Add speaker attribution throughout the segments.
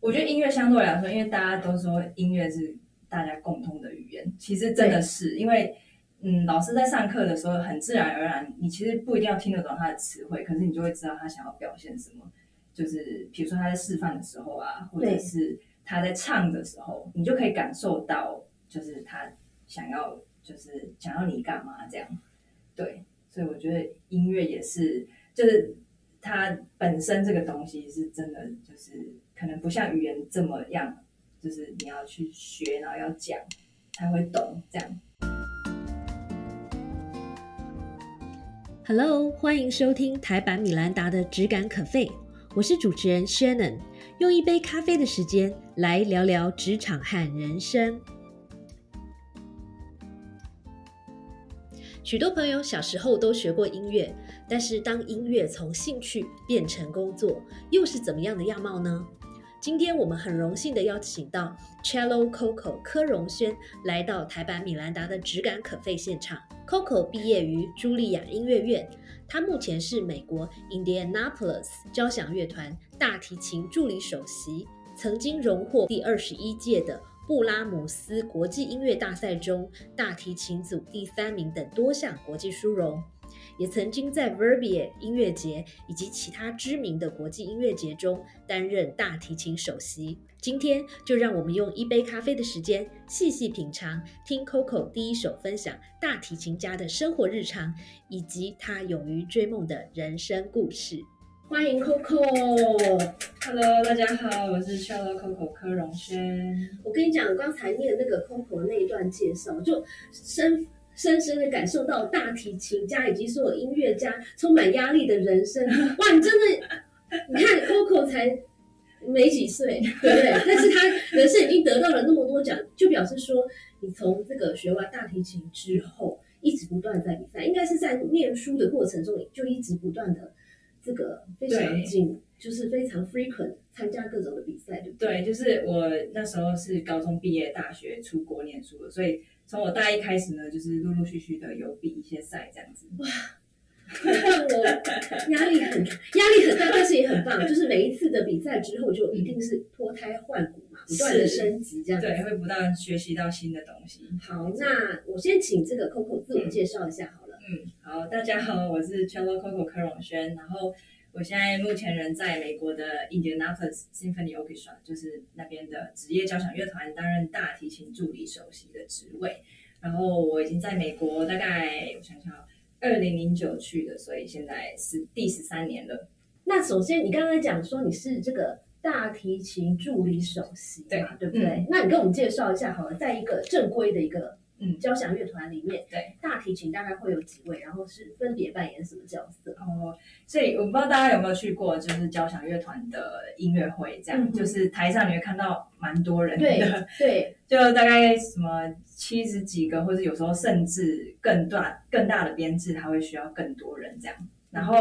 Speaker 1: 我觉得音乐相对来说，因为大家都说音乐是大家共通的语言，其实真的是因为，嗯，老师在上课的时候，很自然而然，你其实不一定要听得懂他的词汇，可是你就会知道他想要表现什么。就是比如说他在示范的时候啊，或者
Speaker 2: 对
Speaker 1: 是他在唱的时候，你就可以感受到，就是他想要，就是想要你干嘛这样。对，所以我觉得音乐也是，就是它本身这个东西是真的，就是可能不像语言这么样，就是你要去学，然后要讲才会懂这样。
Speaker 3: Hello，欢迎收听台版米兰达的《只感可废》，我是主持人 Shannon，用一杯咖啡的时间来聊聊职场和人生。许多朋友小时候都学过音乐，但是当音乐从兴趣变成工作，又是怎么样的样貌呢？今天我们很荣幸的邀请到 Cello Coco 柯荣轩来到台版米兰达的质感可废现场。Coco 毕业于茱莉亚音乐院，他目前是美国 Indianapolis 交响乐团大提琴助理首席，曾经荣获第二十一届的布拉姆斯国际音乐大赛中大提琴组第三名等多项国际殊荣。也曾经在 Verbier 音乐节以及其他知名的国际音乐节中担任大提琴首席。今天就让我们用一杯咖啡的时间，细细品尝，听 Coco 第一手分享大提琴家的生活日常，以及他勇于追梦的人生故事。欢迎 Coco！
Speaker 1: Hello，大家好，我是 Shallow Coco 柯荣轩。
Speaker 3: 我跟你讲，刚才念那个 Coco 那一段介绍，就深深深的感受到大提琴家以及所有音乐家充满压力的人生。哇，你真的，你看 Coco 才没几岁，对不对？但是他人生已经得到了那么多奖，就表示说，你从这个学完大提琴之后，一直不断在比赛，应该是在念书的过程中就一直不断的这个非常
Speaker 1: 对
Speaker 3: 紧，就是非常 frequent 参加各种的比赛，对不对？
Speaker 1: 对，就是我那时候是高中毕业，大学出国念书的，所以从我大一开始呢，就是陆陆续续的有比一些赛这样子。
Speaker 3: 让我压力很压力很大，但是也很棒。就是每一次的比赛之后，就一定是脱胎换骨嘛，不断的
Speaker 1: 是
Speaker 3: 升级这样子。
Speaker 1: 对，会不断学习到新的东西。
Speaker 3: 好，那我先请这个 Coco 自我介绍一下好了。
Speaker 1: 嗯，好，大家好，我是 Cello Coco 柯荣轩，然后我现在目前人在美国的 Indianapolis Symphony Orchestra，就是那边的职业交响乐团，担任大提琴助理首席的职位。然后我已经在美国大概我想想，二零零九去的，所以现在是第十三年了。
Speaker 3: 那首先，你刚才讲说你是这个大提琴助理首席嘛，对不对？
Speaker 1: 嗯
Speaker 3: 那你跟我们介绍一下好了，在一个正规的一个
Speaker 1: 嗯
Speaker 3: 交响乐团里面，
Speaker 1: 对
Speaker 3: 大提琴大概会有几位，然后是分别扮演什么角 色？
Speaker 1: 哦，所以我不知道大家有没有去过，就是交响乐团的音乐会，这样、
Speaker 3: 嗯哼
Speaker 1: 就是台上你会看到蛮多人的，
Speaker 3: 对对，
Speaker 1: 就大概什么七十几个，或者有时候甚至更大更大的编制，它会需要更多人这样。然后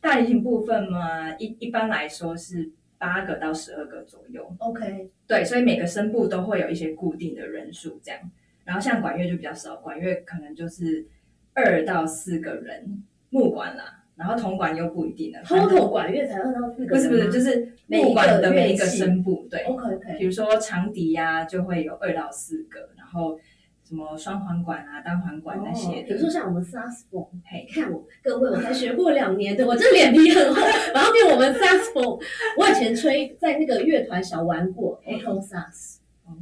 Speaker 1: 大提琴部分嘛，一一般来说是八个到十二个左右，
Speaker 3: ，OK，
Speaker 1: 对，所以每个声部都会有一些固定的人数这样。然后像管乐就比较少，管乐可能就是二到四个人，木管啦，然后铜管又不一定了。反正
Speaker 3: total 管乐才二到四
Speaker 1: 不
Speaker 3: 个人
Speaker 1: 是
Speaker 3: 吗，
Speaker 1: 不是，就是木管的每一个声部，对，
Speaker 3: OK OK，
Speaker 1: 比如说长笛呀、就会有二到四个，然后什么双簧管啊、单簧管那些
Speaker 3: 哦比
Speaker 1: 的。
Speaker 3: 如说像我们 saxophone，
Speaker 1: 嘿
Speaker 3: 你看我各位，我才学过两年的，我这脸皮很厚，然后被我们 saxophone，我以前吹在那个乐团小玩过
Speaker 1: 哎
Speaker 3: a t o sax，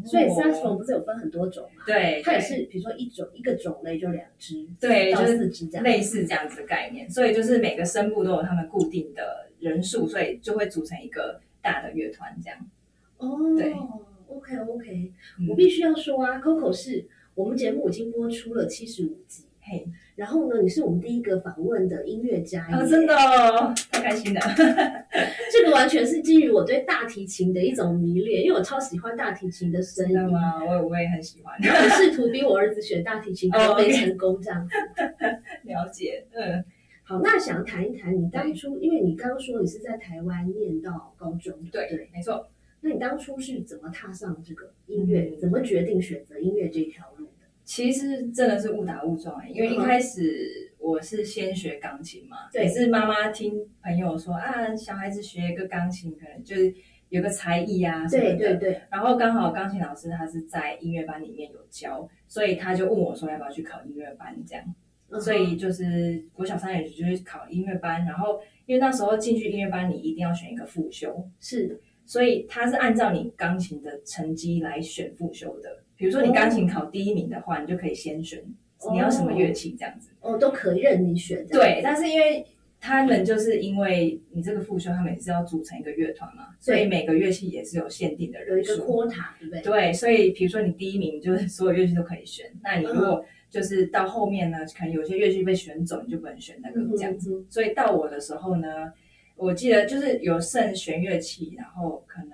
Speaker 3: 所以
Speaker 1: 哦
Speaker 3: saxophone 不是有分很多种嘛？
Speaker 1: 对，
Speaker 3: 它也
Speaker 1: 对
Speaker 3: 是比如说一种一个种类就两只，
Speaker 1: 对
Speaker 3: 到
Speaker 1: 就是
Speaker 3: 四只这样。
Speaker 1: 类似这样子的概念，所以就是每个声部都有他们固定的人数，所以就会组成一个大的乐团这样。
Speaker 3: 哦
Speaker 1: 对
Speaker 3: ，OK OK，
Speaker 1: 嗯
Speaker 3: 我必须要说啊，Coco 是我们节目已经播出了七十五集，
Speaker 1: 嘿，
Speaker 3: 然后呢，你是我们第一个访问的音乐家
Speaker 1: 哦，
Speaker 3: 耶
Speaker 1: 真的哦，太开心了。
Speaker 3: 这个完全是基于我对大提琴的一种迷恋，因为我超喜欢大提琴的声
Speaker 1: 真
Speaker 3: 音。
Speaker 1: 的吗？我我也很喜欢，
Speaker 3: 我试图逼我儿子学大提琴，
Speaker 1: 哦
Speaker 3: 都没
Speaker 1: OK
Speaker 3: 成功这样子。
Speaker 1: 了解。嗯，
Speaker 3: 好，那想谈一谈你当初，因为你刚刚说你是在台湾念到高中，
Speaker 1: 对，
Speaker 3: 不对。
Speaker 1: 没错。
Speaker 3: 那你当初是怎么踏上这个音乐，
Speaker 1: 嗯
Speaker 3: 怎么决定选择音乐这条路的？
Speaker 1: 其实真的是误打误撞、欸，因为一开始我是先学钢琴嘛，
Speaker 3: 对
Speaker 1: 也是妈妈听朋友说啊，小孩子学一个钢琴，可能就是有个才艺啊什么
Speaker 3: 对
Speaker 1: 的。
Speaker 3: 对对，
Speaker 1: 然后刚好钢琴老师他是在音乐班里面有教，所以他就问我说要不要去考音乐班这样。
Speaker 3: 嗯
Speaker 1: 所以就是国小三年级就去考音乐班，然后因为那时候进去音乐班，你一定要选一个辅修，
Speaker 3: 是
Speaker 1: 所以他是按照你钢琴的成绩来选辅修的。比如说你钢琴考第一名的话，你就可以先选你要什么乐器这样子。
Speaker 3: 哦，都可以任你选。这样
Speaker 1: 对，，但是因为他们就是因为你这个复修，他们也是要组成一个乐团嘛，所以每个乐器也是有限定的
Speaker 3: 有一
Speaker 1: 人
Speaker 3: 个
Speaker 1: 数。
Speaker 3: quota，对不对？
Speaker 1: 对，所以比如说你第一名就是所有乐器都可以选，那你如果就是到后面呢，可能有些乐器被选走，你就不能选那个
Speaker 3: 嗯哼
Speaker 1: 这样子。
Speaker 3: 嗯
Speaker 1: 所以到我的时候呢，我记得就是有剩弦乐器，然后可能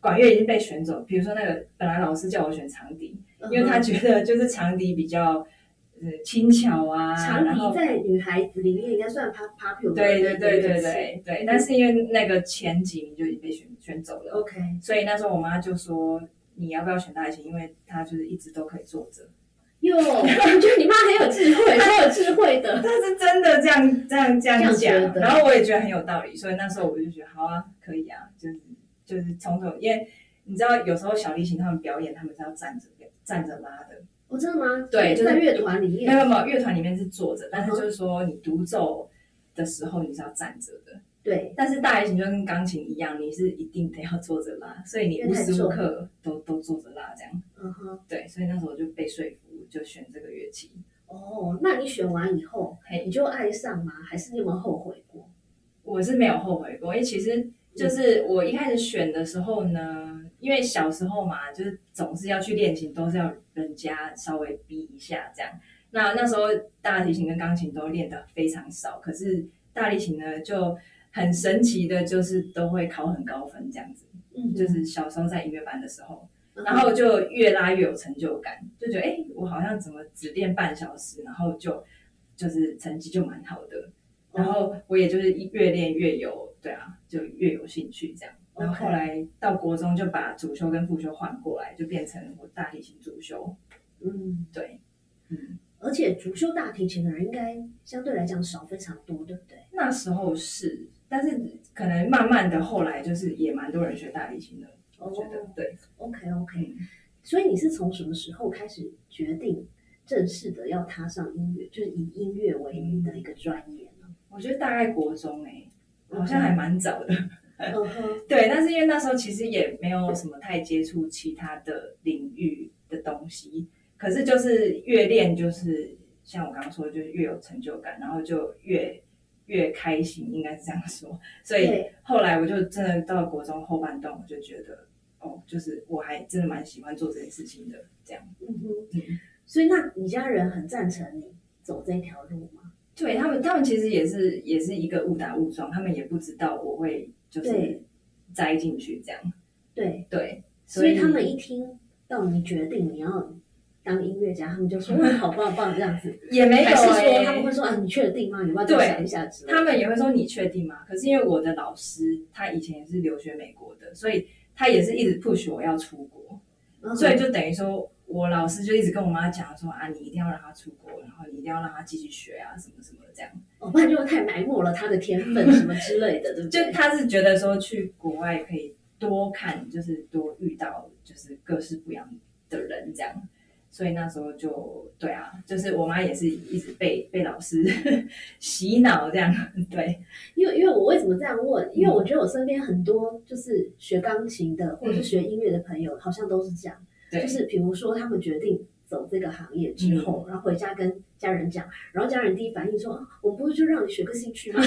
Speaker 1: 管乐已经被选走，比如说那个本来老师叫我选长笛，
Speaker 3: 嗯哼
Speaker 1: 因为他觉得就是长笛比较呃轻巧啊，
Speaker 3: 长
Speaker 1: 然后
Speaker 3: 笛在女孩子里面应该算 pop popular 的
Speaker 1: 对对对对
Speaker 3: 那个乐器
Speaker 1: 对对，但是因为那个前几名就已经被选选走了，
Speaker 3: ，OK，
Speaker 1: 所以那时候我妈就说你要不要选大提琴，因为她就是一直都可以坐着，
Speaker 3: 哟， 我觉得你妈很有智慧，超有智慧的。
Speaker 1: 她是真的这样这样这样
Speaker 3: 这样觉
Speaker 1: 讲，啊
Speaker 3: 得
Speaker 1: 然后我也觉得很有道理，所以那时候我就觉得好啊，可以啊，就是就是从头，因为你知道有时候小提琴他们表演他们是要站着站着拉的，
Speaker 3: 哦，真的吗？
Speaker 1: 对就是
Speaker 3: 在乐团里
Speaker 1: 没
Speaker 3: 面，
Speaker 1: 有没有乐团里面是坐着，但是
Speaker 3: 嗯哼
Speaker 1: 就是说你独奏的时候你是要站着的。
Speaker 3: 对，
Speaker 1: 但是大提琴就跟钢琴一样，你是一定得要坐着拉，所以你无时无刻都都坐着拉这样。
Speaker 3: 嗯哼，
Speaker 1: 对，所以那时候我就被说服，就选这个乐器。
Speaker 3: 哦，那你选完以后，
Speaker 1: 嘿
Speaker 3: 你就爱上吗？还是你有没有后悔过？
Speaker 1: 我是没有后悔过，因为其实就是我一开始选的时候呢，因为小时候嘛，就是总是要去练琴，都是要人家稍微逼一下这样。那那时候大提琴跟钢琴都练得非常少，可是大提琴呢就很神奇的，就是都会考很高分这样子。
Speaker 3: 嗯
Speaker 1: 就是小时候在音乐班的时候，
Speaker 3: 嗯
Speaker 1: 然后就越拉越有成就感，就觉得哎、诶我好像怎么只练半小时，然后就就是成绩就蛮好的，然后我也就是越练越有，对啊，就越有兴趣这样。然后
Speaker 3: OK
Speaker 1: 后来到国中就把主修跟副修换过来，就变成我大提琴主修。
Speaker 3: 嗯，
Speaker 1: 对，嗯，
Speaker 3: 而且主修大提琴的人应该相对来讲少非常多，对不对？
Speaker 1: 那时候是，但是可能慢慢的后来就是也蛮多人学大提琴的，我觉得、对，
Speaker 3: ，OK OK，
Speaker 1: 嗯。
Speaker 3: 哦所以你是从什么时候开始决定正式的要踏上音乐，就是以音乐为你的一个专业呢？
Speaker 1: 我觉得大概国中哎、好像还蛮早的。
Speaker 3: 嗯哼，
Speaker 1: 对，但是因为那时候其实也没有什么太接触其他的领域的东西，可是就是越练就是像我刚刚说，就是越有成就感，然后就越越开心，应该是这样说。所以
Speaker 3: 对
Speaker 1: 后来我就真的到国中后半段，我就觉得哦，就是我还真的蛮喜欢做这件事情的，这样。
Speaker 3: 嗯哼，
Speaker 1: 嗯
Speaker 3: 所以那你家人很赞成你走这条路吗？
Speaker 1: 对他们，他们其实也是也是一个误打误撞，他们也不知道我会就是
Speaker 3: 对
Speaker 1: 栽进去这样。
Speaker 3: 对，
Speaker 1: 对，
Speaker 3: 所以他们一听到你决定你要当音乐家，他们就 说哇，好棒棒这样子，
Speaker 1: 也没有、
Speaker 3: 还
Speaker 1: 欸，
Speaker 3: 是说他们会说啊，你确定吗？你要不要再
Speaker 1: 对
Speaker 3: 想一下之类的？
Speaker 1: 他们也会说你确定吗？可是因为我的老师他以前也是留学美国的，所以他也是一直 push 我要出国，
Speaker 3: 嗯
Speaker 1: 所以就等于说我老师就一直跟我妈讲说啊，你一定要让他出国，然后你一定要让他继续学啊，什么什么这样。
Speaker 3: 哦，不然就太埋没了他的天分什么之类的，对 不
Speaker 1: 就
Speaker 3: 对？
Speaker 1: 他是觉得说去国外可以多看，就是多遇到就是各式不一样的人这样。所以那时候就对啊，就是我妈也是一直被被老师 洗脑这样，对，
Speaker 3: 因为因为我为什么这样
Speaker 1: 嗯
Speaker 3: 问？因为我觉得我身边很多就是学钢琴的或者是
Speaker 1: 嗯
Speaker 3: 学音乐的朋友，好像都是这样，
Speaker 1: 对
Speaker 3: 就是比如说他们决定。走这个行业之
Speaker 1: 嗯
Speaker 3: 后，然后回家跟家人讲，然后家人第一反应说：“啊，我们不是就让你学个兴趣吗？”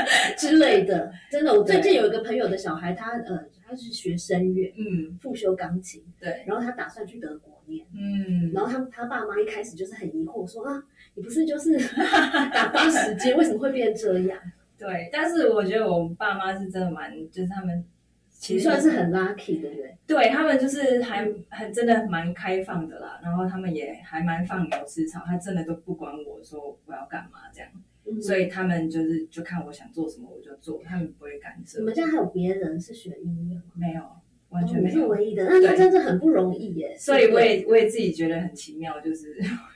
Speaker 3: 之类的。真的，我最近有一个朋友的小孩，他呃，他是学声乐，
Speaker 1: 嗯，
Speaker 3: 复修钢琴，
Speaker 1: 对，
Speaker 3: 然后他打算去德国念。
Speaker 1: 嗯，
Speaker 3: 然后他他爸妈一开始就是很疑惑，说啊，你不是就是打发时间，为什么会变这样？
Speaker 1: 对，但是我觉得我爸妈是真的蛮，就是他们其
Speaker 3: 你
Speaker 1: 实
Speaker 3: 算是很 lucky，对不对？
Speaker 1: 对他们就是还很真的蛮开放的啦，然后他们也还蛮放牛吃草，他真的都不管我说我要干嘛这样，
Speaker 3: 嗯
Speaker 1: 所以他们就是就看我想做什么我就做，他们不会干涉
Speaker 3: 你，们家还有别人是学音乐吗？
Speaker 1: 没有，完全
Speaker 3: 哦
Speaker 1: 没
Speaker 3: 你是
Speaker 1: 有。
Speaker 3: 唯一的，那那
Speaker 1: 对
Speaker 3: 真的很不容易耶。
Speaker 1: 所以我
Speaker 3: 对
Speaker 1: 也我也自己觉得很奇妙，就是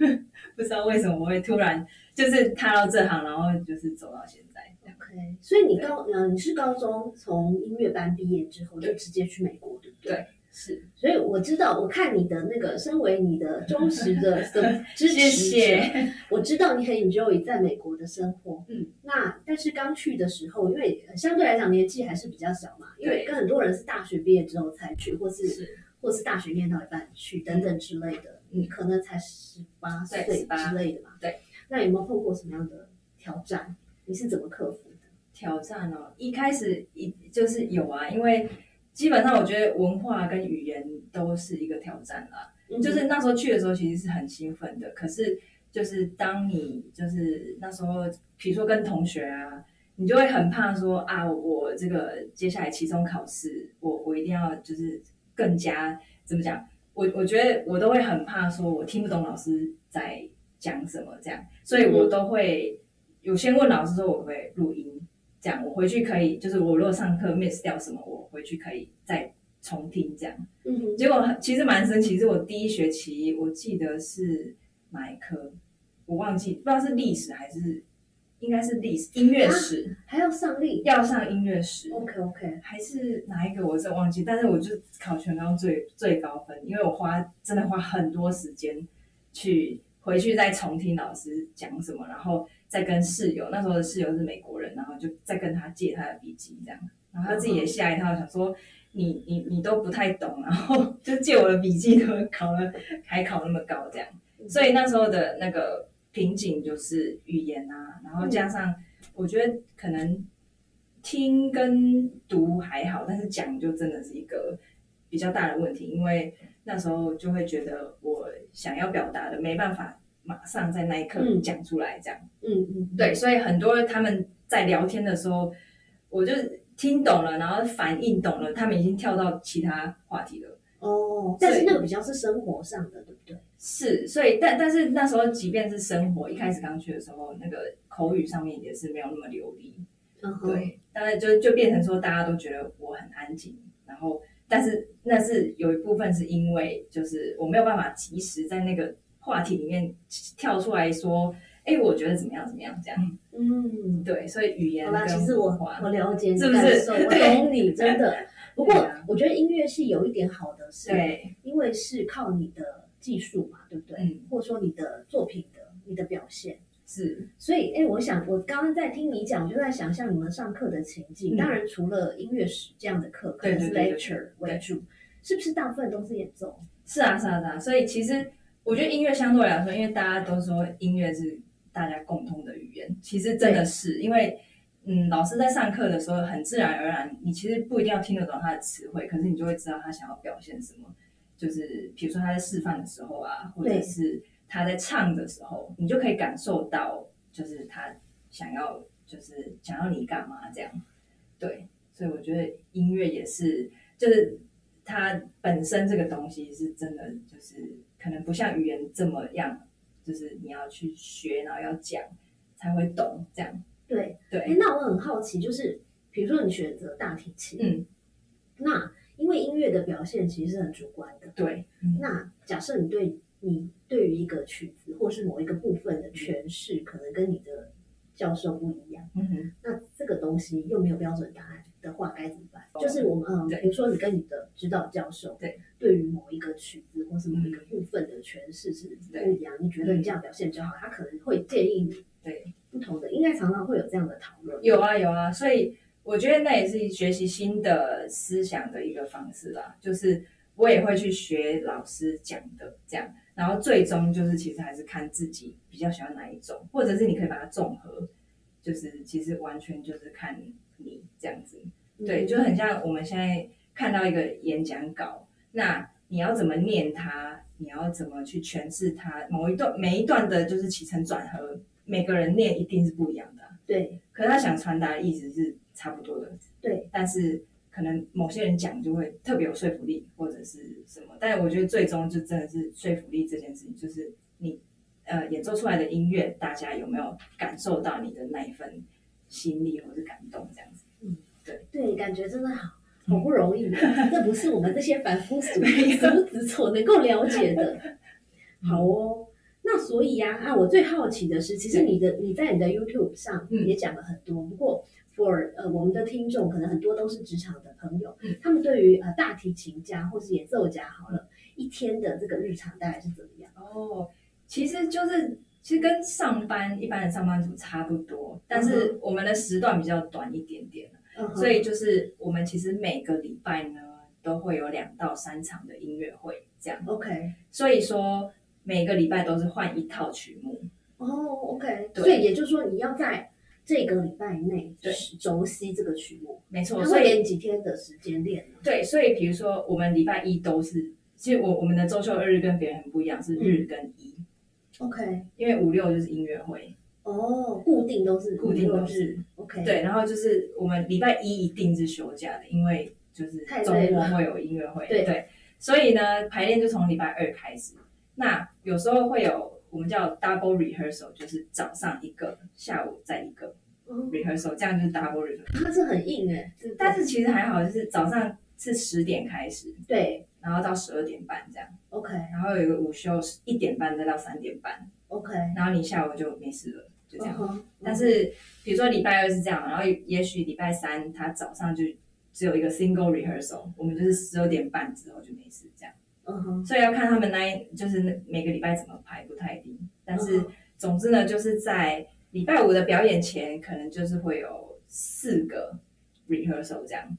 Speaker 1: 不知道为什么我会突然就是踏到这行，然后就是走到现在这样。
Speaker 3: 不对 OK， OK，所以你高呃你是高中从音乐班毕业之后就
Speaker 1: 对
Speaker 3: 直接去美国，对不对？
Speaker 1: 对是，
Speaker 3: 所以我知道，我看你的那个，身为你的忠实 的的支持者，
Speaker 1: 谢谢。
Speaker 3: 我知道你很 enjoy 在美国的生活。
Speaker 1: 嗯，
Speaker 3: 那但是刚去的时候，因为呃相对来讲年纪还是比较小嘛，因为
Speaker 1: 对
Speaker 3: 跟很多人是大学毕业之后才去，或是
Speaker 1: 是嗯
Speaker 3: 或是大学念到一半去等等之类的，你可能才十八岁
Speaker 1: 对18
Speaker 3: 之类的嘛。
Speaker 1: 对，
Speaker 3: 那有没有碰过什么样的挑战？你是怎么克服的？
Speaker 1: 挑战哦，一开始一就是有啊，因为基本上我觉得文化跟语言都是一个挑战啦。就是那时候去的时候，其实是很兴奋的。可是，就是当你就是那时候，比如说跟同学啊，你就会很怕说啊，我这个接下来期中考试，我我一定要就是更加怎么讲？我我觉得我都会很怕说我听不懂老师在讲什么这样，所以我都会有先问老师说我会不会录音，这样我回去可以就是我如果上课 miss 掉什么，我回去可以再重听这样。
Speaker 3: 嗯哼，
Speaker 1: 结果其实蛮神奇，是我第一学期我记得是哪一科，我忘记不知道是历史还是应该是历史音乐史，
Speaker 3: 还要上力。
Speaker 1: 要上音乐史
Speaker 3: OK OK，
Speaker 1: 还是哪一个我真的忘记，但是我就考全高最最高分，因为我花真的花很多时间去回去再重听老师讲什么，然后再跟室友，那时候的室友是美国人，然后就再跟他借他的笔记这样，然后他自己也吓一跳，想说你你你都不太懂，然后 就借我的笔记都考了还考那么高这样，所以那时候的那个瓶颈就是语言啊，然后加上我觉得可能听跟读还好，但是讲就真的是一个比较大的问题，因为那时候就会觉得我想要表达的没办法马上在那一刻
Speaker 3: 嗯
Speaker 1: 讲出来，这样、
Speaker 3: 嗯嗯，
Speaker 1: 对，所以很多他们在聊天的时候，我就听懂了，然后反应懂了，他们已经跳到其他话题了。
Speaker 3: 哦，但是
Speaker 1: 对
Speaker 3: 那个比较是生活上的，对不对？
Speaker 1: 是，所以但但是那时候，即便是生活一开始刚去的时候，那个口语上面也是没有那么流利，
Speaker 3: 嗯哼，
Speaker 1: 对，当然就就变成说大家都觉得我很安静，然后但是那是有一部分是因为就是我没有办法及时在那个话题里面跳出来说，哎，我觉得怎么样怎么样这样，
Speaker 3: 嗯，
Speaker 1: 对，所以语言
Speaker 3: 好啦，其
Speaker 1: 跟啊
Speaker 3: 实
Speaker 1: 文
Speaker 3: 我
Speaker 1: 化
Speaker 3: 我了解你
Speaker 1: 是
Speaker 3: 的
Speaker 1: 不是
Speaker 3: 感受，我
Speaker 1: 对
Speaker 3: 懂你，真的。 不过
Speaker 1: 对啊
Speaker 3: 我觉得音乐系有一点好的是，
Speaker 1: 对
Speaker 3: 因为是靠你的技术嘛，对不对？
Speaker 1: 嗯
Speaker 3: 或者说你的作品的你的表现。
Speaker 1: 是
Speaker 3: 所以，哎，我想，我刚刚在听你讲，就在想象你们上课的情境。
Speaker 1: 嗯
Speaker 3: 当然，除了音乐史这样的课，可
Speaker 1: 对
Speaker 3: 能是
Speaker 1: 对对对
Speaker 3: lecture
Speaker 1: 对
Speaker 3: 为主，是不是大部分都是演奏？
Speaker 1: 是啊是啊是啊，所以其实我觉得音乐相对来说，因为大家都说音乐是大家共通的语言，其实真的是因为。嗯，老师在上课的时候，很自然而然，你其实不一定要听得懂他的词汇，可是你就会知道他想要表现什么。就是比如说他在示范的时候啊，或者
Speaker 3: 对
Speaker 1: 是他在唱的时候，你就可以感受到，就是他想要，就是想要你干嘛这样。对，所以我觉得音乐也是，就是它本身这个东西是真的，就是可能不像语言这么样，就是你要去学，然后要讲才会懂这样。
Speaker 3: 对。哎，
Speaker 1: 对，
Speaker 3: 那我很好奇，就是比如说你选择大提琴，
Speaker 1: 嗯，
Speaker 3: 那因为音乐的表现其实是很主观的。
Speaker 1: 对，嗯
Speaker 3: 那假设你对你对于一个曲子或是某一个部分
Speaker 1: 嗯
Speaker 3: 的诠释，可能跟你的教授不一样，
Speaker 1: 嗯哼，
Speaker 3: 那这个东西又没有标准答案的话，该怎么办？
Speaker 1: 哦
Speaker 3: 就是我们嗯，
Speaker 1: 对
Speaker 3: 比如说你跟你的指导教授，
Speaker 1: 对，嗯
Speaker 3: 对于某一个曲子或是某一个部分的诠释是不一样，你觉得你这样表现比较好，他可能会建议你
Speaker 1: 对，
Speaker 3: 不同的，应该常常会有这样的讨论。
Speaker 1: 有啊有啊，所以我觉得那也是学习新的思想的一个方式啦，就是我也会去学老师讲的这样，然后最终就是其实还是看自己比较喜欢哪一种，或者是你可以把它综合，就是其实完全就是看你这样子，对，
Speaker 3: 嗯
Speaker 1: 就很像我们现在看到一个演讲稿，那你要怎么念它，你要怎么去诠释它，某一段每一段的就是起承转合，每个人念一定是不一样的啊、
Speaker 3: 对
Speaker 1: 可是他想传达的意思是差不多的，
Speaker 3: 对，
Speaker 1: 但是可能某些人讲就会特别有说服力，或者是什么。但我觉得最终就真的是说服力这件事情，就是你呃演奏出来的音乐，大家有没有感受到你的那一份心力或是感动这样子？
Speaker 3: 对，感觉真的好好
Speaker 1: 嗯
Speaker 3: 不容易啊，这不是我们这些凡 夫俗俗子所能够了解的。
Speaker 1: 嗯
Speaker 3: 好哦，那所啊以呀、啊，我最好奇的是，其实你的你在你的 YouTube 上
Speaker 1: 嗯
Speaker 3: 也讲了很多，不过 for 呃我们的听众，可能很多都是职场的朋友
Speaker 1: 嗯，
Speaker 3: 他们对于呃大提琴家或是演奏家好了，一天的这个日常大概是怎么样？
Speaker 1: 哦，其实就是其实跟上班一般的上班族差不多，但是我们的时段比较短一点点，
Speaker 3: 嗯哼
Speaker 1: 所以就是我们其实每个礼拜呢都会有两到三场的音乐会这样，
Speaker 3: OK，
Speaker 1: 所以说每个礼拜都是换一套曲目。
Speaker 3: 哦、o k
Speaker 1: 对
Speaker 3: 所以也就是说你要在这个礼拜内
Speaker 1: 对
Speaker 3: 熟悉这个曲目，
Speaker 1: 没错，
Speaker 3: 他
Speaker 1: 哦所
Speaker 3: 会给
Speaker 1: 以
Speaker 3: 你几天的时间练呢？
Speaker 1: 对，所以比如说我们礼拜一都是，其实我我们的周休二日跟别人很不一样，是日跟一，
Speaker 3: 嗯 OK，
Speaker 1: 因为五六就是音乐会，
Speaker 3: 哦、固定都是
Speaker 1: 固定
Speaker 3: 五六
Speaker 1: 都是
Speaker 3: 日，OK，，
Speaker 1: 对，然后就是我们礼拜一一定是休假的，因为就是
Speaker 3: 太
Speaker 1: 周
Speaker 3: 累
Speaker 1: 末
Speaker 3: 了
Speaker 1: 会有音乐会，
Speaker 3: 对
Speaker 1: 所以呢排练就从礼拜二开始。那有时候会有我们叫 double rehearsal，就是早上一个，下午再一个
Speaker 3: 嗯
Speaker 1: rehearsal，这样就是 double rehearsal。
Speaker 3: 它是很硬哎、对不对
Speaker 1: 但是其实还好，就是早上是十点开始，
Speaker 3: 对
Speaker 1: 然后到十二点半这样，
Speaker 3: ，OK
Speaker 1: 然后有一个午休一点半再到三点半，
Speaker 3: OK，
Speaker 1: 然后你下午就没事了，就这样。
Speaker 3: 嗯哼
Speaker 1: 但是比如说礼拜二是这样，然后也许礼拜三他早上就只有一个 single rehearsal，我们就是十二点半之后就没事这样，
Speaker 3: 嗯哼，
Speaker 1: 所以要看他们那一就是那每个礼拜怎么排不太一定，但是
Speaker 3: 嗯
Speaker 1: 总之呢，就是在礼拜五的表演前，可能就是会有四个 rehearsal 这样，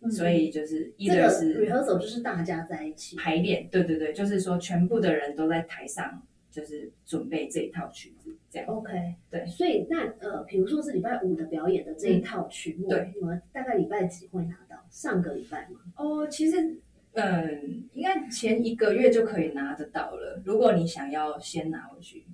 Speaker 3: 嗯
Speaker 1: 所以就是一
Speaker 3: 这个
Speaker 1: 的是
Speaker 3: rehearsal 就是大家在一起。
Speaker 1: 排练，对对对，就是说全部的人都在台上就是准备这一套曲子这样，
Speaker 3: OK，
Speaker 1: 对
Speaker 3: 所以那呃，比如说是礼拜五的表演的这一套曲目，
Speaker 1: 嗯对，
Speaker 3: 你们大概礼拜几会拿到？上个礼拜吗？
Speaker 1: 哦，其实，嗯，应该前一个月就可以拿得到了。如果你想要先拿回去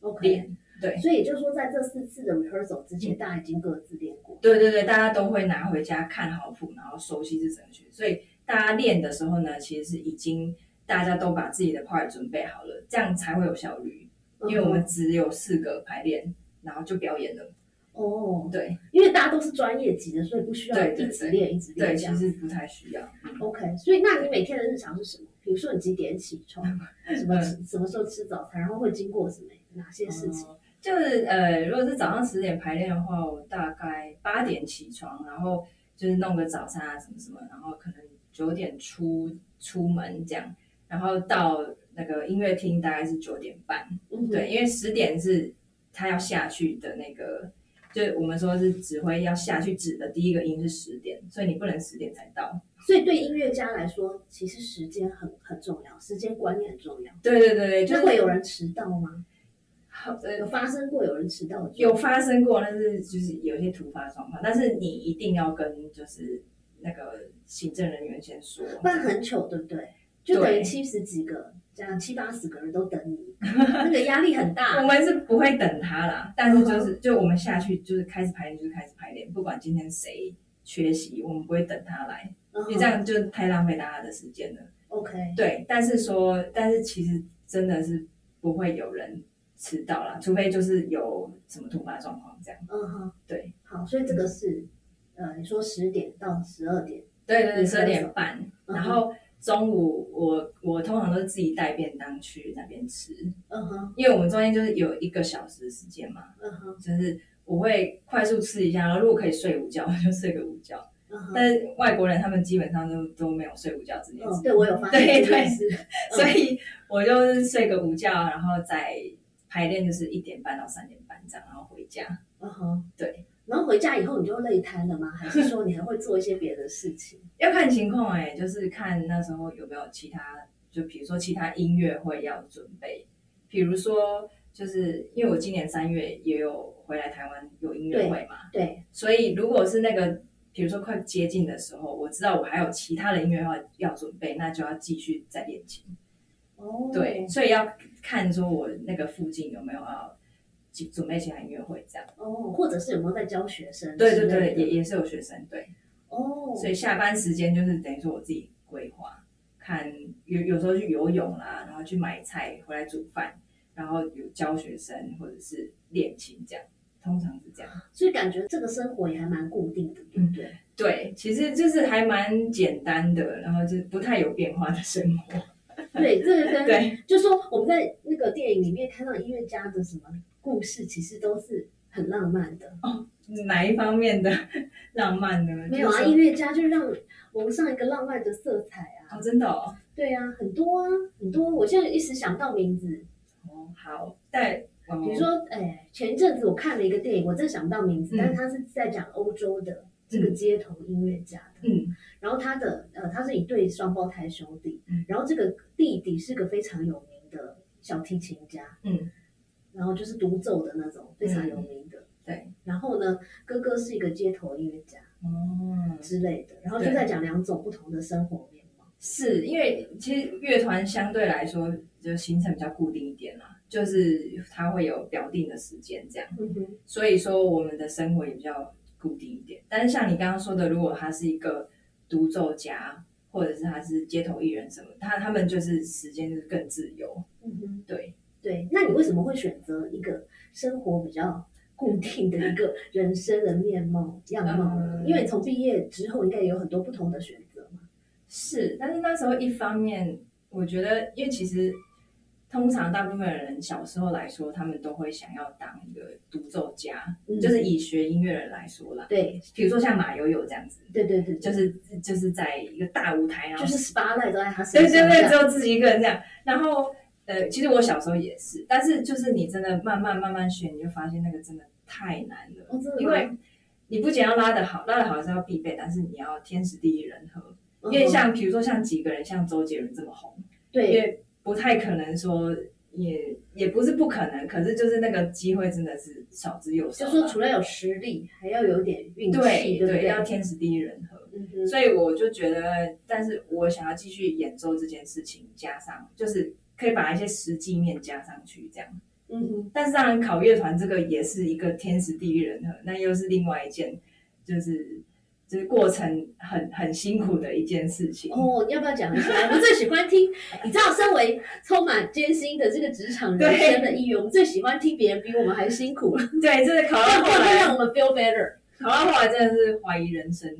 Speaker 3: OK，
Speaker 1: 练，对，
Speaker 3: 所以也就是说，在这四次的 rehearsal 之前，
Speaker 1: 嗯
Speaker 3: 大家已经各自练过。
Speaker 1: 对对对，大家都会拿回家看好谱，然后熟悉这整个曲。所以大家练的时候呢，其实是已经大家都把自己的 part 准备好了，这样才会有效率。因为我
Speaker 3: 嗯
Speaker 1: 们只有四个排练，然后就表演了。
Speaker 3: 哦，
Speaker 1: 对
Speaker 3: 因为大家都是专业级的，所以不需要
Speaker 1: 对对
Speaker 3: 一直练一直
Speaker 1: 对，
Speaker 3: 练这
Speaker 1: 其
Speaker 3: 样。
Speaker 1: 实不太需要。嗯
Speaker 3: OK，所以那你每天的日常是什么？比如说你几点起床，什么
Speaker 1: 嗯
Speaker 3: 什么时候吃早餐，然后会经过什么哪些事情？
Speaker 1: 哦就是呃，如果是早上十点排练的话，我大概八点起床，然后就是弄个早餐啊什么什么，然后可能九点出出门这样，然后到那个音乐厅大概是九点半，
Speaker 3: 嗯哼
Speaker 1: 对，因为十点是他要下去的那个，就是我们说是指挥要下去指的第一个音是十点，所以你不能十点才到。
Speaker 3: 所以对音乐家来说，其实时间很很重要，时间观念很重要。
Speaker 1: 对对对对，就
Speaker 3: 那
Speaker 1: 是
Speaker 3: 会有人迟到吗？
Speaker 1: 好呃
Speaker 3: 有发生过有人迟到的状
Speaker 1: 有
Speaker 3: 况？
Speaker 1: 发生过，但是就是有一些突发状况，但是你一定要跟就是那个行政人员先说，
Speaker 3: 不然很糗，对不对？就等于
Speaker 1: 对
Speaker 3: 七十几个，这样七八十个人都等你，那个压力很
Speaker 1: 我
Speaker 3: 大。嗯
Speaker 1: 们是不会等他啦，但是就是就我们下去就是开始排练就是开始排练，不管今天谁缺席，我们不会等他来，
Speaker 3: 嗯
Speaker 1: 因为这样就太浪费大家的时间了。
Speaker 3: OK，
Speaker 1: 对，但是说，但是其实真的是不会有人迟到啦，除非就是有什么突发状况这样。
Speaker 3: 嗯哼，
Speaker 1: 对，
Speaker 3: 好，所以这个是呃，你说十点到十二点，
Speaker 1: 对对
Speaker 3: 你
Speaker 1: 对，
Speaker 3: 说
Speaker 1: 十
Speaker 3: 什
Speaker 1: 二
Speaker 3: 么
Speaker 1: 点半，
Speaker 3: 嗯
Speaker 1: 然后中午我我通常都是自己带便当去那边吃，
Speaker 3: 嗯哼，
Speaker 1: 因为我们中间就是有一个小时的时间嘛，
Speaker 3: 嗯哼，
Speaker 1: 就是我会快速吃一下，然后如果可以睡午觉，我就睡个午觉。
Speaker 3: 嗯哼。
Speaker 1: 但是外国人他们基本上都都没有睡午觉这件事，
Speaker 3: 嗯，对我有发现
Speaker 1: 对
Speaker 3: 这件事，
Speaker 1: 所以我就是睡个午觉，然后再排练就是一点半到三点半这样，然后回家。
Speaker 3: 嗯哼，
Speaker 1: 对。
Speaker 3: 然后回家以后你就累瘫了吗？还是说你还会做一些别的事情？
Speaker 1: 要看情况哎、就是看那时候有没有其他，就比如说其他音乐会要准备，比如说就是因为我今年三月也有回来台湾有音乐会嘛，
Speaker 3: 对，
Speaker 1: 所以如果是那个比如说快接近的时候，我知道我还有其他的音乐会要准备，那就要继续再练琴。
Speaker 3: 哦，
Speaker 1: 对，所以要看说我那个附近有没有要准准备其他音乐会这样。
Speaker 3: 哦，或者是有没有在教学生之
Speaker 1: 对
Speaker 3: 类
Speaker 1: 对
Speaker 3: 的？
Speaker 1: 对，也也是有学生对。
Speaker 3: 哦，
Speaker 1: 所以下班时间就是等于说我自己规划，看有有时候去游泳啦，然后去买菜回来煮饭，然后有教学生或者是练琴这样，通常是这样。
Speaker 3: 所以感觉这个生活也还蛮固定的，对不对？
Speaker 1: 对，其实就是还蛮简单的，然后就是不太有变化的生 活。
Speaker 3: 嗯对，这个跟
Speaker 1: 对
Speaker 3: 就说我们在那个电影里面看到音乐家的什么故事，其实都是很浪漫的，
Speaker 1: 哪一方面的 浪漫呢？
Speaker 3: 没有啊，
Speaker 1: 就是
Speaker 3: 音乐家就让蒙上一个浪漫的色彩啊。
Speaker 1: 哦，真的哦，
Speaker 3: 对啊，很多啊，很多。我现在一时想不到名字，
Speaker 1: 哦好，哦但
Speaker 3: 比如说，哎，前一阵子我看了一个电影，我真的想不到名字，
Speaker 1: 嗯
Speaker 3: 但是他是在讲欧洲的这个街头音乐家的。
Speaker 1: 嗯
Speaker 3: 然后他的呃，他是一对双胞胎兄弟，
Speaker 1: 嗯
Speaker 3: 然后这个弟弟是个非常有名的小提琴家，
Speaker 1: 嗯，
Speaker 3: 然后就是独奏的那种，非常有名的。
Speaker 1: 对，
Speaker 3: 然后呢，哥哥是一个街头音乐家
Speaker 1: 哦，
Speaker 3: 之类的，然后就
Speaker 1: 对
Speaker 3: 在讲两种不同的生活面貌。
Speaker 1: 是因为其实乐团相对来说就行程比较固定一点啦，就是它会有表定的时间这样，
Speaker 3: 嗯哼，
Speaker 1: 所以说我们的生活也比较固定一点。但是像你刚刚说的，如果他是一个独奏家，或者是他是街头艺人什么，他他们就是时间就是更自由，
Speaker 3: 嗯哼，
Speaker 1: 对，
Speaker 3: 对。那你为什么会选择一个生活比较固定的一个人生的面貌样貌呢？
Speaker 1: 嗯
Speaker 3: 因为你从毕业之后应该有很多不同的选择嘛。
Speaker 1: 是，但是那时候一方面，我觉得，因为其实通常大部分人小时候来说，他们都会想要当一个独奏家，
Speaker 3: 嗯
Speaker 1: 就是以学音乐人来说啦，
Speaker 3: 对
Speaker 1: 比如说像马友友这样子，
Speaker 3: 对对对，
Speaker 1: 就是就是在一个大舞台，然后
Speaker 3: 就是 spotlight 都在他身
Speaker 1: 对
Speaker 3: 上这
Speaker 1: 对对，
Speaker 3: 样。
Speaker 1: 只有自己一个人这样。然后呃，其实我小时候也是，但是就是你真的慢慢慢慢学，你就发现那个真的太难了，
Speaker 3: 哦真的吗
Speaker 1: 因为你不仅要拉得好，拉得好是要必备，但是你要天时地利人和。因
Speaker 3: 嗯
Speaker 1: 为像比如说像几个人像周杰伦这么红，因
Speaker 3: 对
Speaker 1: 为不太可能说也也不是不可能，可是就是那个机会真的是少之又少
Speaker 3: 就
Speaker 1: 啦。
Speaker 3: 说除了有实力，还要有点运气，
Speaker 1: 对
Speaker 3: 不对？
Speaker 1: 要天时地利人和。
Speaker 3: 嗯哼，
Speaker 1: 所以我就觉得，但是我想要继续演奏这件事情，加上就是可以把一些实际面加上去，这样。
Speaker 3: 嗯哼，
Speaker 1: 但是当然，考乐团这个也是一个天时地利人和，那又是另外一件，就是就是过程很很辛苦的一件事情。
Speaker 3: 哦，你要不要讲一下？我最喜欢听，你知道，身为充满艰辛的这个职场人生的一员，我们最喜欢听别人比我们还辛苦了，
Speaker 1: 对，就是考
Speaker 3: 这
Speaker 1: 到
Speaker 3: 样
Speaker 1: 后
Speaker 3: 会
Speaker 1: 来，
Speaker 3: 不会 让我们 feel better？
Speaker 1: 考到后来真的是怀疑人生。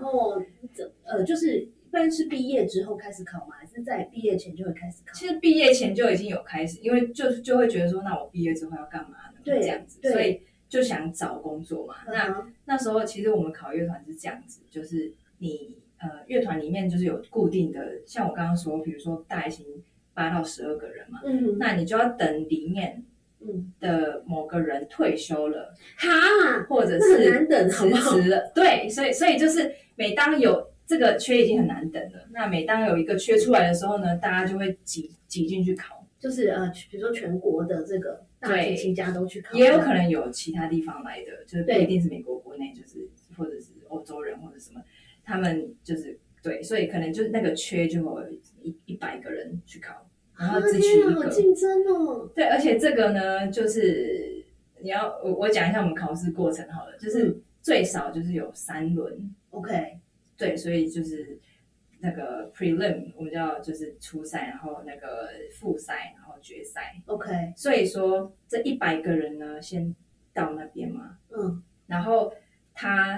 Speaker 3: 哦，这呃，就是一般是毕业之后开始考吗？还是在毕业前就会开始考？
Speaker 1: 其实毕业前就已经有开始，因为就就会觉得说，那我毕业之后要干嘛呢？
Speaker 3: 对
Speaker 1: 这样子，
Speaker 3: 对
Speaker 1: 所以就想找工作嘛。那
Speaker 3: 嗯哼
Speaker 1: 那时候其实我们考乐团是这样子，就是你呃乐团里面就是有固定的，像我刚刚说，比如说大型八到十二个人嘛，
Speaker 3: 嗯
Speaker 1: 那你就要等里面
Speaker 3: 嗯，
Speaker 1: 的某个人退休了，
Speaker 3: 哈，
Speaker 1: 或者
Speaker 3: 那
Speaker 1: 是
Speaker 3: 很难等，好
Speaker 1: 辞
Speaker 3: 不好？
Speaker 1: 职了，对，所以所以就是每当有这个缺已经很难等了，那每当有一个缺出来的时候呢，大家就会挤挤进去考，
Speaker 3: 就是呃，比如说全国的这个大提琴家都去考，
Speaker 1: 也有可能有其他地方来的，就是不一定是美国国内，就是或者是欧洲人或者什么，他们就是对，所以可能就是那个缺就会有一一百个人去考，然后
Speaker 3: 啊，
Speaker 1: 只取
Speaker 3: 天
Speaker 1: 一
Speaker 3: 啊，好
Speaker 1: 个。
Speaker 3: 竞争哦！
Speaker 1: 对，而且这个呢，就是你要我我讲一下我们考试过程好了，就是
Speaker 3: 嗯
Speaker 1: 最少就是有三轮，
Speaker 3: OK，
Speaker 1: 对，所以就是那个 prelim 我们叫就是初赛，然后那个复赛，然后决赛，
Speaker 3: OK，
Speaker 1: 所以说这一百个人呢，先到那边嘛，
Speaker 3: 嗯
Speaker 1: 然后他，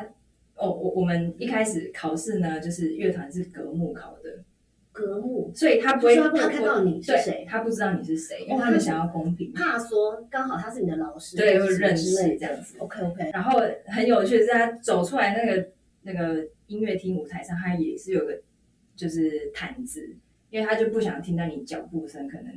Speaker 1: 哦，我我们一开始考试呢，就是乐团是隔幕考的，，
Speaker 3: 格幕，
Speaker 1: 所以他不会
Speaker 3: 就是他不能看到你是
Speaker 1: 对
Speaker 3: 谁
Speaker 1: 他不知道你是谁，因
Speaker 3: 哦
Speaker 1: 为他
Speaker 3: 他
Speaker 1: 们
Speaker 3: 是
Speaker 1: 想要公平。
Speaker 3: 怕说刚好他是你的老师，
Speaker 1: 对
Speaker 3: 或者
Speaker 1: 会认识
Speaker 3: 之类的
Speaker 1: 这样子
Speaker 3: OK OK，
Speaker 1: 然后很有趣的是，他走出来那个那个音乐厅舞台上，他也是有个就是毯子，因为他就不想听到你脚步声，可能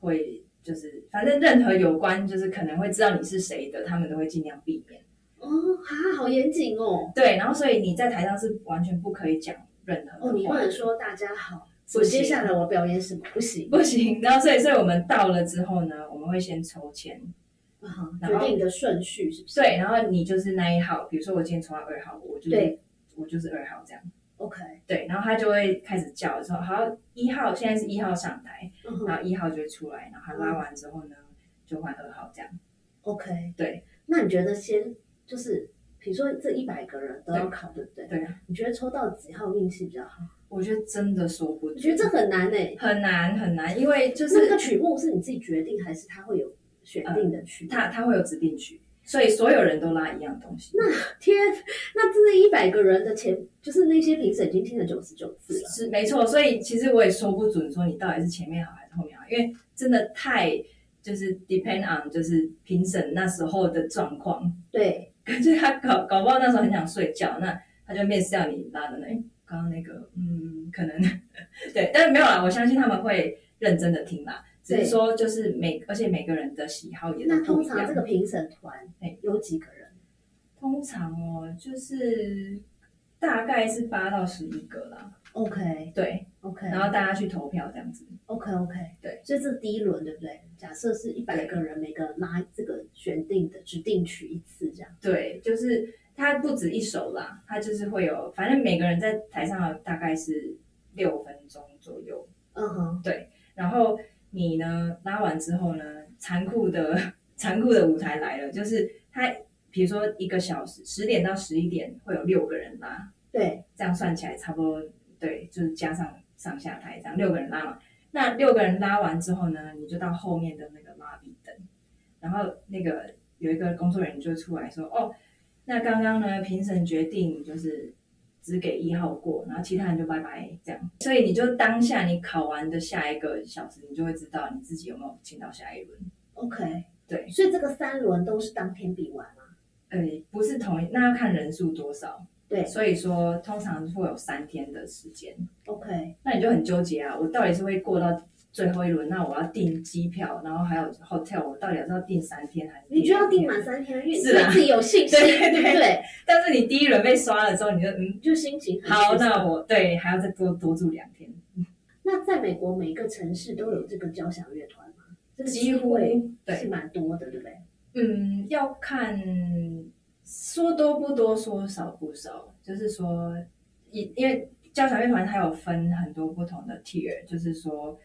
Speaker 1: 会就是反正任何有关就是可能会知道你是谁的，他们都会尽量避免。
Speaker 3: 哦，哈，好严谨哦。
Speaker 1: 对，然后所以你在台上是完全不可以讲任何的话
Speaker 3: 哦，你不能说大家好，
Speaker 1: 不
Speaker 3: 我
Speaker 1: 行
Speaker 3: 接下来我表演什么不行，
Speaker 1: 不行。然后所以所以我们到了之后呢，我们会先抽签，
Speaker 3: 啊哈
Speaker 1: 然
Speaker 3: 决
Speaker 1: 后
Speaker 3: 定你的顺序是不是？
Speaker 1: 对，然后你就是那一号，比如说我今天抽到二号，我就是
Speaker 3: 对
Speaker 1: 我就是二号这样，
Speaker 3: ，OK，
Speaker 1: 对，然后他就会开始叫说好一号，现在是一号上台，
Speaker 3: 嗯
Speaker 1: 然后
Speaker 3: 哼
Speaker 1: 一号就会出来，然后他拉完之后呢，就换二号这样，
Speaker 3: ，OK，
Speaker 1: 对。
Speaker 3: 那你觉得先就是，比如说这一百个人都要考，对不对？嗯
Speaker 1: 对啊，
Speaker 3: 你觉得抽到几号运气比较好？
Speaker 1: 我觉得真的说不
Speaker 3: 我觉得
Speaker 1: 准
Speaker 3: 这很难诶。
Speaker 1: 很难很难，因为就
Speaker 3: 就是那
Speaker 1: 是
Speaker 3: 个曲目是你自己决定，还是他会有选定的曲目？
Speaker 1: 他他会有指定曲，所以所有人都拉一样东西，那
Speaker 3: 天，那这一百个人的前，就是那些评审已经听了九十九次了。
Speaker 1: 是没错，所以其实我也说不准，说你到底是前面好还是后面好，因为真的太就是 depend on 就是评审那时候的状况，
Speaker 3: 对，
Speaker 1: 感觉他搞搞不好那时候很想睡觉，那他就 miss 掉你拉的那，诶刚刚那个，嗯，可能 对，但是没有啦，我相信他们会认真的听啦，只
Speaker 3: 对
Speaker 1: 是说就是每，而且每个人的喜好也都
Speaker 3: 那
Speaker 1: 不
Speaker 3: 通
Speaker 1: 一样。
Speaker 3: 常这个评审团
Speaker 1: 对
Speaker 3: 有几个人？
Speaker 1: 通常哦，就是大概是八到十一个啦，
Speaker 3: OK
Speaker 1: 对，
Speaker 3: OK，
Speaker 1: 然后大家去投票这样子，
Speaker 3: OK OK，
Speaker 1: 对，
Speaker 3: 所以这是第一轮对不对？假设是一百
Speaker 1: 对
Speaker 3: 个人，每个人拉这个选定的指定曲一次这样。
Speaker 1: 对，就是它不止一首啦，它就是会有，反正每个人在台上大概是六分钟左右，
Speaker 3: 嗯哼，
Speaker 1: 然后你呢拉完之后呢，残酷的残酷的舞台来了，就是它比如说一个小时，十点到十一点会有六个人拉，
Speaker 3: 对，
Speaker 1: 这样算起来差不多，对，就是加上上下台这样六个人拉嘛。那六个人拉完之后呢，你就到后面的那个拉比等，然后那个有一个工作人员就出来说，哦，那刚刚呢评审决定就是只给一号过，然后其他人就拜拜这样。所以你就当下你考完的下一个小时，你就会知道你自己有没有进到下一轮。
Speaker 3: OK，
Speaker 1: 对
Speaker 3: 所以这个三轮都是当天比完嘛？
Speaker 1: 呃，不是同一，那要看人数多少。
Speaker 3: 对
Speaker 1: 所以说通常会有三天的时间。
Speaker 3: ，OK，
Speaker 1: 那你就很纠结啊，我到底是会过到最后一轮，那我要订机票，然后还有 hotel，我到底是要订三天还是？
Speaker 3: 你就要定满。三天，因为你
Speaker 1: 是啊
Speaker 3: 对自己有信 心，
Speaker 1: 对对对
Speaker 3: 对，
Speaker 1: 但是你第一轮被刷了之后，你就嗯，
Speaker 3: 就心情很
Speaker 1: 好，
Speaker 3: 沮丧
Speaker 1: 那我对还要再多多住两天，
Speaker 3: 那在美国每个城市都有这个交响乐团吗？这个
Speaker 1: 几
Speaker 3: 机
Speaker 1: 乎
Speaker 3: 会是
Speaker 1: 对，
Speaker 3: 蛮多的，对不对？
Speaker 1: 嗯，要看说多不多，说少不少，就是说，因因为交响乐团它有分很多不同的 tier，就是说，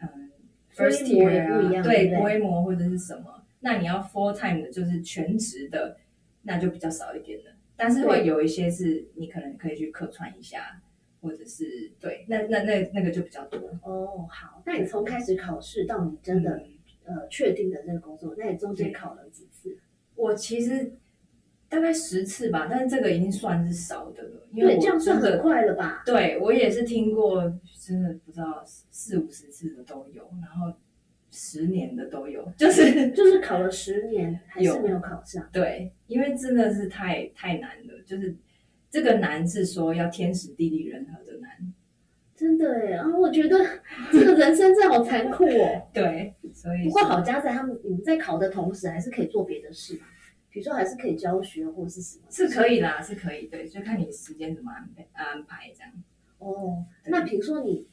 Speaker 1: 嗯，first
Speaker 3: 规模也
Speaker 1: tier
Speaker 3: 不一
Speaker 1: 啊，
Speaker 3: 样对
Speaker 1: 对
Speaker 3: 不对
Speaker 1: 规模或者是什么，那你要 full time 的，就是全职的，那就比较少一点的，但是会
Speaker 3: 对
Speaker 1: 有一些是你可能可以去客串一下，或者是对，那那那那个就比较多，
Speaker 3: 哦，好，那你从开始考试到你真的、
Speaker 1: 嗯
Speaker 3: 呃确定的这个工作，那你中间
Speaker 1: 对
Speaker 3: 考了几次？
Speaker 1: 我其实大概十次吧，但是这个已经算是少的了，因为
Speaker 3: 对，
Speaker 1: 我
Speaker 3: 这样算
Speaker 1: 真的
Speaker 3: 很快了吧？
Speaker 1: 对我也是听过，真的不知道四五十次的都有，然后十年的都有，就是
Speaker 3: 就是考了十年还是
Speaker 1: 有，
Speaker 3: 没有考上
Speaker 1: 对，因为真的是太太难了，就是这个难是说要天时地利人和的难，
Speaker 3: 真的哎啊！我觉得 这个人生真的好残 酷哦。
Speaker 1: 对，所以
Speaker 3: 不过好家在他们你们在考的同时，还是可以做别的事嘛，比如说还是可以教学或是什么。
Speaker 1: 是可以啦，是可以，对，就看你时间怎么安排安排这样。
Speaker 3: 哦，
Speaker 1: 对
Speaker 3: 那比如说你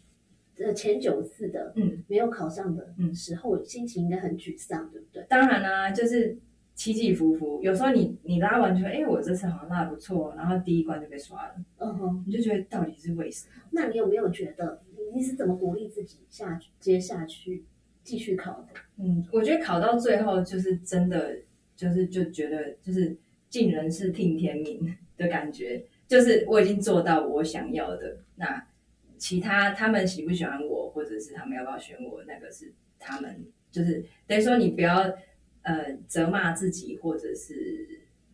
Speaker 3: 呃前九次的
Speaker 1: 嗯
Speaker 3: 没有考上的
Speaker 1: 嗯
Speaker 3: 时候，心情应该很沮丧，对不对？
Speaker 1: 当然啦、就是起起伏伏，有时候你你拉完就哎、诶我这次好像拉得不错，哦然后第一关就被刷了，
Speaker 3: 嗯哼，
Speaker 1: 你就觉得到底是为什么？
Speaker 3: 那你有没有觉得你是怎么鼓励自己下去接下去继续考的？
Speaker 1: 嗯，我觉得考到最后就是真的，就是就觉得就是尽人事听天命的感觉，就是我已经做到我想要的。那其他他们喜不喜欢我，或者是他们要不要选我，那个是他们就是等于说你不要呃责骂自己，或者是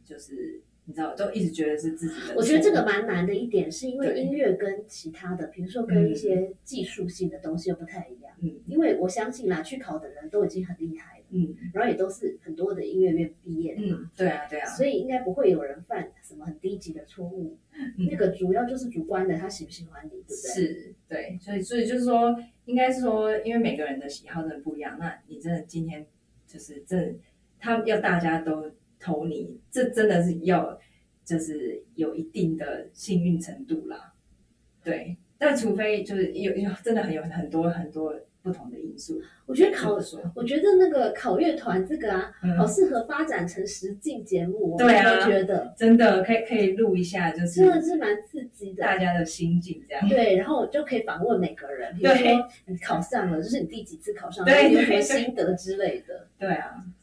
Speaker 1: 就是你知道都一直觉得是自己的错。
Speaker 3: 我觉得这个蛮难的一点，是因为
Speaker 1: 对
Speaker 3: 音乐跟其他的，比如说跟一
Speaker 1: 嗯
Speaker 3: 些技术性的东西又不太一样。
Speaker 1: 嗯
Speaker 3: 因为我相信啦，去考的人都已经很厉害了，
Speaker 1: 嗯
Speaker 3: 然后也都是很多的音乐院毕业的嘛，
Speaker 1: 嗯，对啊对啊，
Speaker 3: 所以应该不会有人犯什么很低级的错误。
Speaker 1: 嗯
Speaker 3: 那个主要就是主观的，他喜不喜欢你，对不对？
Speaker 1: 是，对，所以所以就是说，应该是说，因为每个人的喜好真的不一样，那你真的今天就是真的，他要大家都投你，这真的是要就是有一定的幸运程度啦，对，但除非就是有 有真的很有很多很多不同的因素，
Speaker 3: 我觉得考
Speaker 1: 这么，说，
Speaker 3: 我觉得那个考乐团这个啊，
Speaker 1: 嗯
Speaker 3: 好适合发展成实境节目哦，
Speaker 1: 对啊
Speaker 3: 我觉得
Speaker 1: 真的可以可以录一下，就
Speaker 3: 真的
Speaker 1: 是
Speaker 3: 是蛮刺激的。
Speaker 1: 大家的心境这样，
Speaker 3: 对，然后我就可以访问每个人，比如
Speaker 1: 对
Speaker 3: 说
Speaker 4: 嗯
Speaker 3: 你考上了，就是你第几次考上，
Speaker 1: 对
Speaker 3: 然后你有什么
Speaker 1: 对对
Speaker 3: 心得之类的。
Speaker 1: 对啊，